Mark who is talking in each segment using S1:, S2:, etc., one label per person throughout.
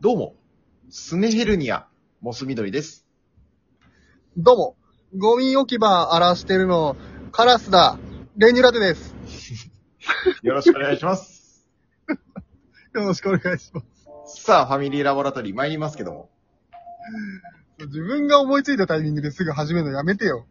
S1: どうも、スネヘルニア、モス緑です。
S2: どうも、ゴミ置き場荒らしてるの、カラスだ、レニュラテです。
S1: よろしくお願いします。
S2: よろしくお願いします。
S1: さあ、ファミリーラボラトリー参りますけども。
S2: 自分が思いついたタイミングですぐ始めるのやめてよ。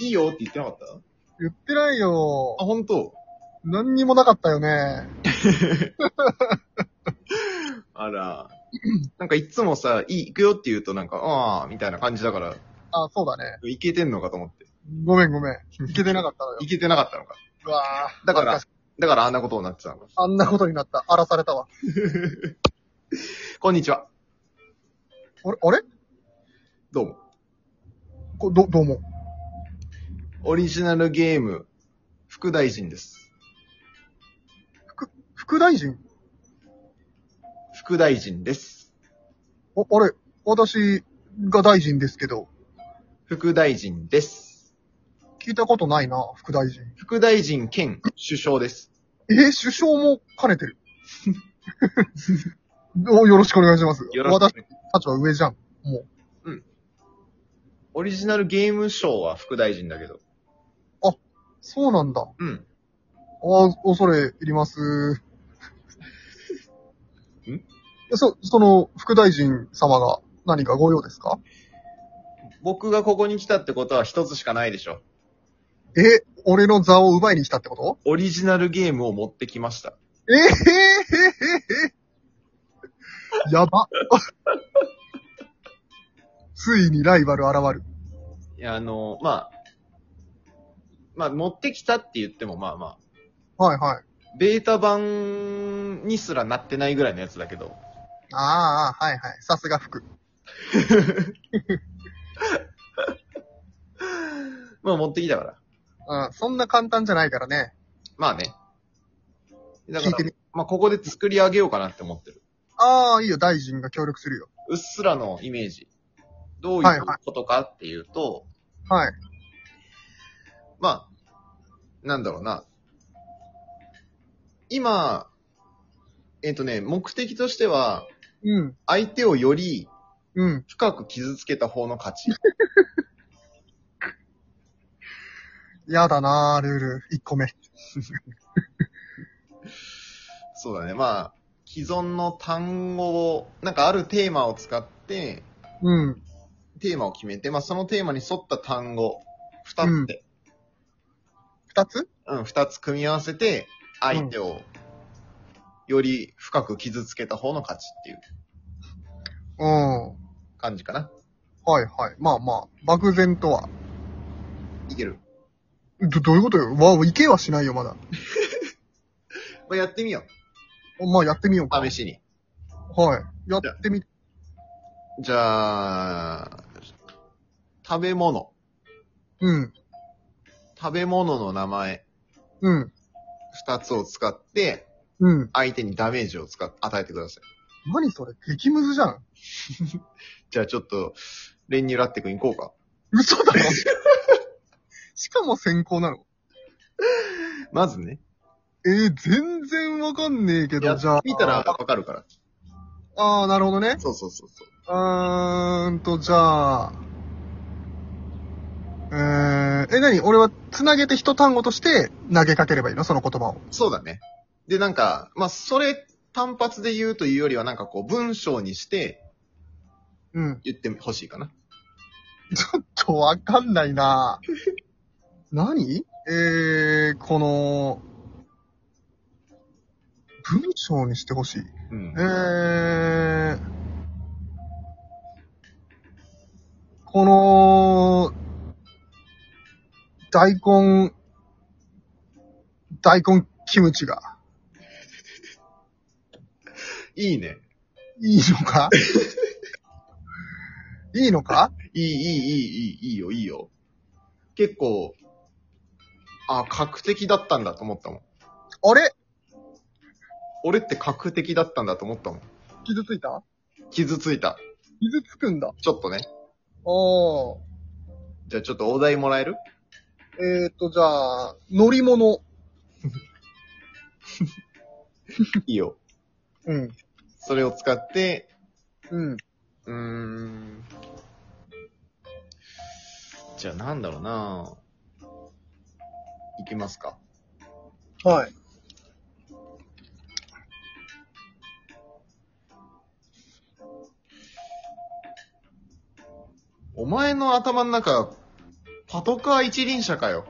S1: いいよって言ってなかった
S2: 言ってないよ
S1: あ、。本当
S2: 何にもなかったよね。
S1: あら。 なんかいつもさ、いい、行くよって言うとなんか、ああ、みたいな感じだから、
S2: あ、そうだね。
S1: いけてんのかと思って。
S2: ごめんごめん。いけてなかったのよ。
S1: いけてなかったのか。
S2: う わぁ
S1: だか
S2: なん
S1: ら、だからあんなことになってたのか。
S2: あんなことになった。荒らされたわ。
S1: こんにちは。
S2: あれあれ
S1: どうも。
S2: こど、どうも。
S1: オリジナルゲーム、副大臣です。
S2: 副大臣
S1: 副大臣です。
S2: あ、あれ私が大臣ですけど、
S1: 副大臣です。
S2: 聞いたことないな、副大臣。
S1: 副大臣兼首相です。
S2: えー首相も兼ねてる。 およろしくお願いします。
S1: よろ
S2: 私
S1: しく。
S2: たちは上じゃん。も
S1: オリジナルゲーム賞は副大臣だけど。
S2: う。そうなんだ。あ
S1: うん。
S2: あ、恐れ入ります。
S1: ん
S2: そ、その、副大臣様が何かご用ですか
S1: 僕がここに来たってことは一つしかないでしょ。
S2: え、俺の座を奪いに来たってこと
S1: オリジナルゲームを持ってきました。
S2: えー、へーへーへーやば。 ついにライバル現る。
S1: いや、あの、まあ、まあ、持ってきたって言っても、まあま
S2: はいはい。
S1: あ、ベータ版にすらなってないぐらいのやつだけど。
S2: あーあー、はいはい。さすが服。
S1: まあ、持ってきたから。
S2: うん、そんな簡単じゃないからね。
S1: まあね。だか
S2: 聞いて
S1: ら
S2: み、
S1: まあ、ここで作り上げようかなって思ってる。
S2: ああ、いいよ、大臣が協力するよ。
S1: うっすらのイメージ。どうい
S2: はいうは
S1: ことかっていうと、
S2: はい。
S1: まあ、なんだろうな。今、えっ、とね、目的としては、
S2: うん、
S1: 相手をより
S2: うん。
S1: 深く傷つけた方の勝ち。
S2: やだなールール。1個目。
S1: そうだね。まあ、既存の単語を、なんかあるテーマを使って、
S2: うん。
S1: テーマを決めて、まあそのテーマに沿った単語、二つで、
S2: 2つ
S1: うん、二、つ組み合わせて、相手をより深く傷つけた方の勝ちっていう
S2: うん。は
S1: 感じかな。
S2: いはい。まあまあ、漠然とは。
S1: いける。
S2: ど、どういうことよわ、いけはしないよ、まだ。
S1: まあやってみよ
S2: まあ、やってみようか。
S1: う。試
S2: はい。
S1: しに。
S2: やってみ、
S1: じゃあ、食べ物。
S2: うん、
S1: 食べ物の名前、
S2: うん、
S1: 二つを使って、
S2: うん。
S1: 相手にダメージを使っ、与えてください。
S2: 何それ激ムズじゃん。
S1: じゃあちょっと、練乳ラッテ君行こ
S2: 嘘だろしかも先行なの。
S1: うか。まずね、
S2: えー、全然わかんねえけ
S1: や
S2: ど、
S1: っ
S2: じゃあ。
S1: てみたらわ。かるから。
S2: ああ、なるほどね。
S1: そうそうそうそう。
S2: うーんと、じゃあ、えー、え、何俺は、つなげて一単語として投げかければいいのその言葉を。
S1: そうだね。で、なんか、まあ、それ単発で言うというよりは、なんかこう、文章にして
S2: うん。
S1: 言ってほしいかな。
S2: ちょっとわかんない な何えー、この、文章にしてほしい。
S1: うん
S2: え。ー、この、大根、大根キムチが、
S1: いいね。
S2: いいのかいいのか
S1: いい、いい、いい、いい、いいよ、いいよ。結構、あ、確定だったんだと思ったもん。
S2: あれ
S1: 俺って確定だったんだと思ったもん。
S2: 傷ついた
S1: 傷ついた。
S2: 傷つくんだ。
S1: ちょっとね。
S2: おー。
S1: じゃあちょっとお題も らえる
S2: えーと、じゃあ、乗り物。
S1: いいよ。
S2: うん。
S1: それを使って、
S2: うん。
S1: うーん。じゃあなんだろうなぁ。いきますか。
S2: はい。
S1: お前の頭の中、パトカー一輪車かよ。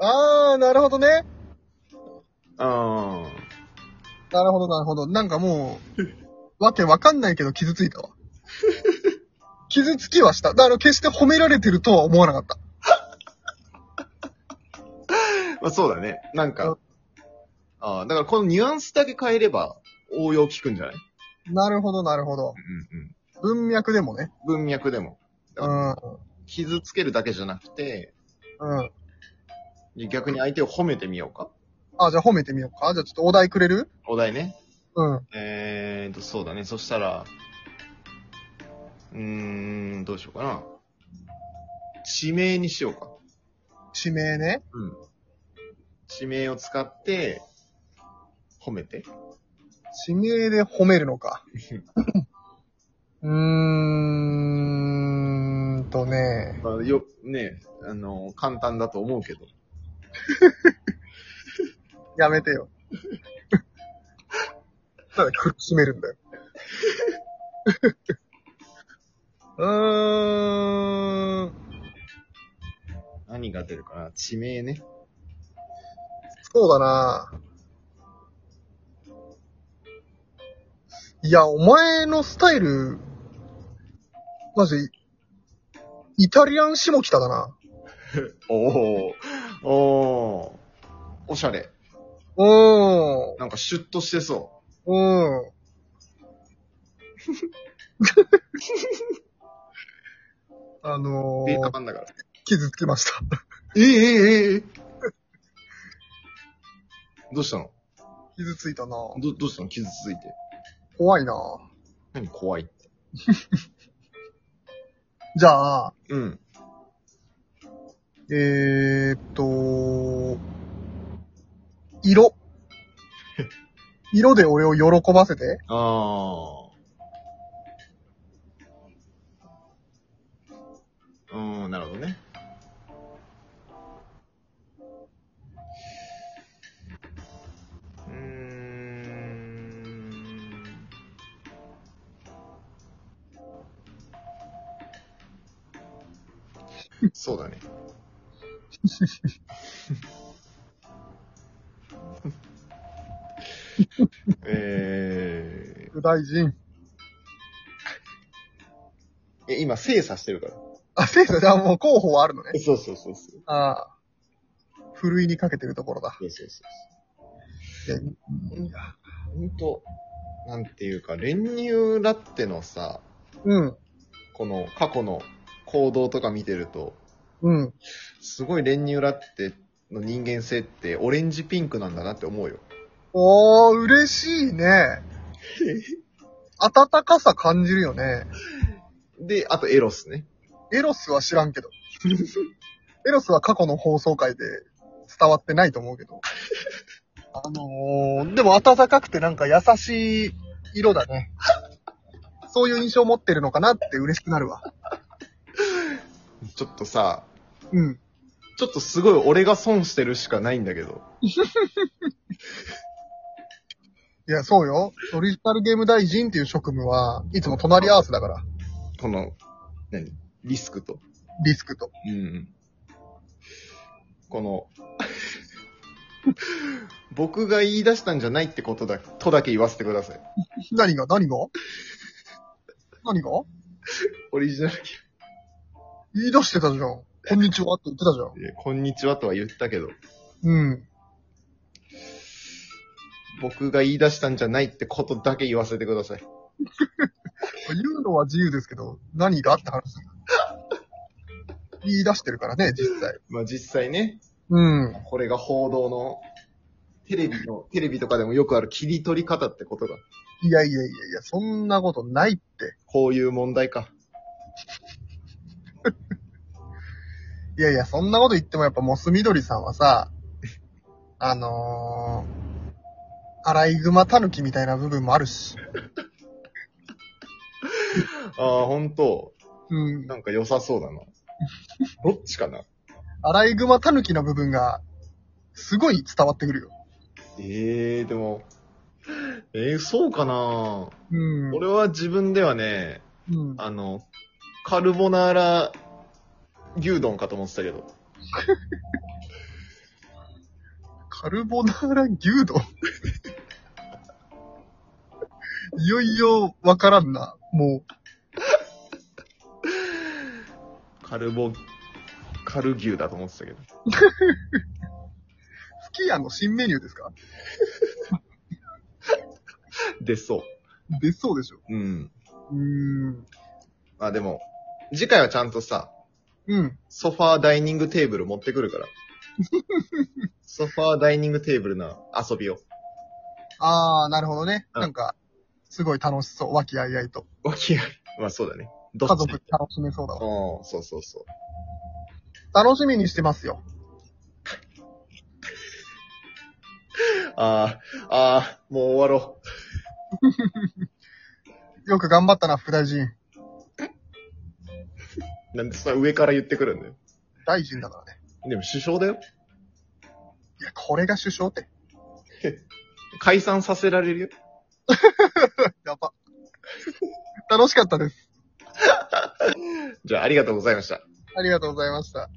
S2: あー、なるほどね。
S1: うん。
S2: なるほど、なるほど。なんかもう、わけわかんないけど傷ついたわ。傷つきはした。だから決して褒められてるとは思わなかった。
S1: まあそうだね。なんか、ああ、だからこのニュアンスだけ変えれば、応用効くんじゃない
S2: なるほど、なるほど。
S1: うんうん。
S2: 文脈でもね。
S1: 文脈でも。
S2: うん。うん。
S1: 傷つけるだけじゃなくて、逆に相手を褒めてみようか。
S2: あ、じゃあ褒めてみようか。じゃあちょっとお題くれる
S1: お題ね。
S2: うん。
S1: えーと、そうだね。そしたら、うーん、どうしようかな。地名にしようか。
S2: 指名ね。
S1: うん。地名を使って、褒めて。
S2: 指名で褒めるのか。うーんとね。
S1: まあ、よ、ねあの、簡単だと思うけど。
S2: やめてよ。 ただ苦しめるんだよ。うーん。
S1: 何が出るかな地名ね。
S2: そうだな。いや、お前のスタイル、マジ、イタリアン下北だな。
S1: おおおーおしゃれ。
S2: うーん。
S1: なんかシュッとしてそ
S2: うん。あ
S1: う。
S2: の
S1: データ
S2: ー、
S1: 版だから。
S2: 傷つきました。
S1: ええええええどうしたの
S2: 傷ついたな。
S1: ど、どうしたの傷ついて。
S2: 怖いな。
S1: 何怖いって。
S2: じゃあ、
S1: うん。
S2: えー、っと、 色。色で俺を喜ばせて。
S1: ああ。うーん、なるほどね。うーん。そうだね。えー。
S2: 大臣。
S1: え、今、精査してるから。
S2: あ、せいさん、じゃあもう候補はあるのね。
S1: そうそうそうそう。
S2: ああ。ふるいにかけてるところだ。
S1: そうそうそ
S2: で
S1: う。いや、ほんと、なんていうか、練乳ラッテのさ、
S2: うん。
S1: この過去の行動とか見てると、
S2: うん。
S1: すごい練乳ラッテの人間性ってオレンジピンクなんだなって思うよ。
S2: おー、嬉しい ね。温かさ感じるよね。
S1: で、あとエロスね。
S2: エロスは知らんけど。エロスは過去の放送回で伝わってないと思うけど。あのー、でも暖かくてなんか優しい色だね。そういう印象を持ってるのかなって嬉しくなるわ。
S1: ちょっとさ、
S2: うん。
S1: ちょっとすごい俺が損してるしかないんだけど。
S2: いや、そうよ。オリジナルゲーム大臣っていう職務はいつも隣り合わせだから。
S1: この、何リスクと。
S2: リスクと。
S1: うんうん。この、 僕が言い出したんじゃないってことだ、とだけ言わせてください。
S2: 何が何が何が
S1: オリジナル
S2: 言い出してたじゃん。こんにちはって言ってたじゃん。
S1: いやこんにちはとは言ったけど、
S2: うん。
S1: 僕が言い出したんじゃないってことだけ言わせてください。
S2: 言うのは自由ですけど、何があった話だ 言い出してるからね、実際。
S1: まあ実際ね、
S2: うん。
S1: これが報道の、テレビの、テレビとかでもよくある切り取り方ってことが、
S2: いやいやいやいや、そんなことないって。
S1: こういう問題か。
S2: いやいや、そんなこと言ってもやっぱモス緑さんはさ、あのー、アライグマタヌキみたいな部分もあるし。
S1: ああ、ほんと。
S2: うん。
S1: なんか良さそうだな。どっちかな
S2: アライグマタヌキの部分が、すごい伝わってくるよ。
S1: ええでも、えー、そうかな
S2: うん。
S1: 俺は自分ではね、
S2: うん。
S1: あの、カルボナーラ牛丼かと思ってたけど。
S2: カルボナーラ牛丼 いよいよ、わからんな。も
S1: カルボ、カル牛だと思ってたけど。
S2: う、スキヤの新メニューですか
S1: 出そ
S2: 出そうでしょ。
S1: う。うん。
S2: うーん。
S1: あ、でも、次回はちゃんとさ、
S2: うん。
S1: ソファーダイニングテーブル持ってくる から。ソファーダイニングテーブルな遊びを。
S2: あー、なるほどね。
S1: うん
S2: なんか、すごい楽しそう。和気あいあいと。
S1: わきあい。まあそうだね。ど
S2: 家
S1: っち
S2: 族楽しめそうだわ。
S1: うん、そうそうそう。
S2: 楽しみにしてますよ。
S1: ああ、ああ、もう終わろ
S2: よく頑張ったな、副大臣。
S1: う。なんでそんな上から言ってくるんだよ。
S2: 大臣だからね。
S1: でも首相だよ。
S2: いや、これが首相って。
S1: 解散させられるよ。
S2: やば。楽しかったです。
S1: じゃあありがとうございました。
S2: ありがとうございました。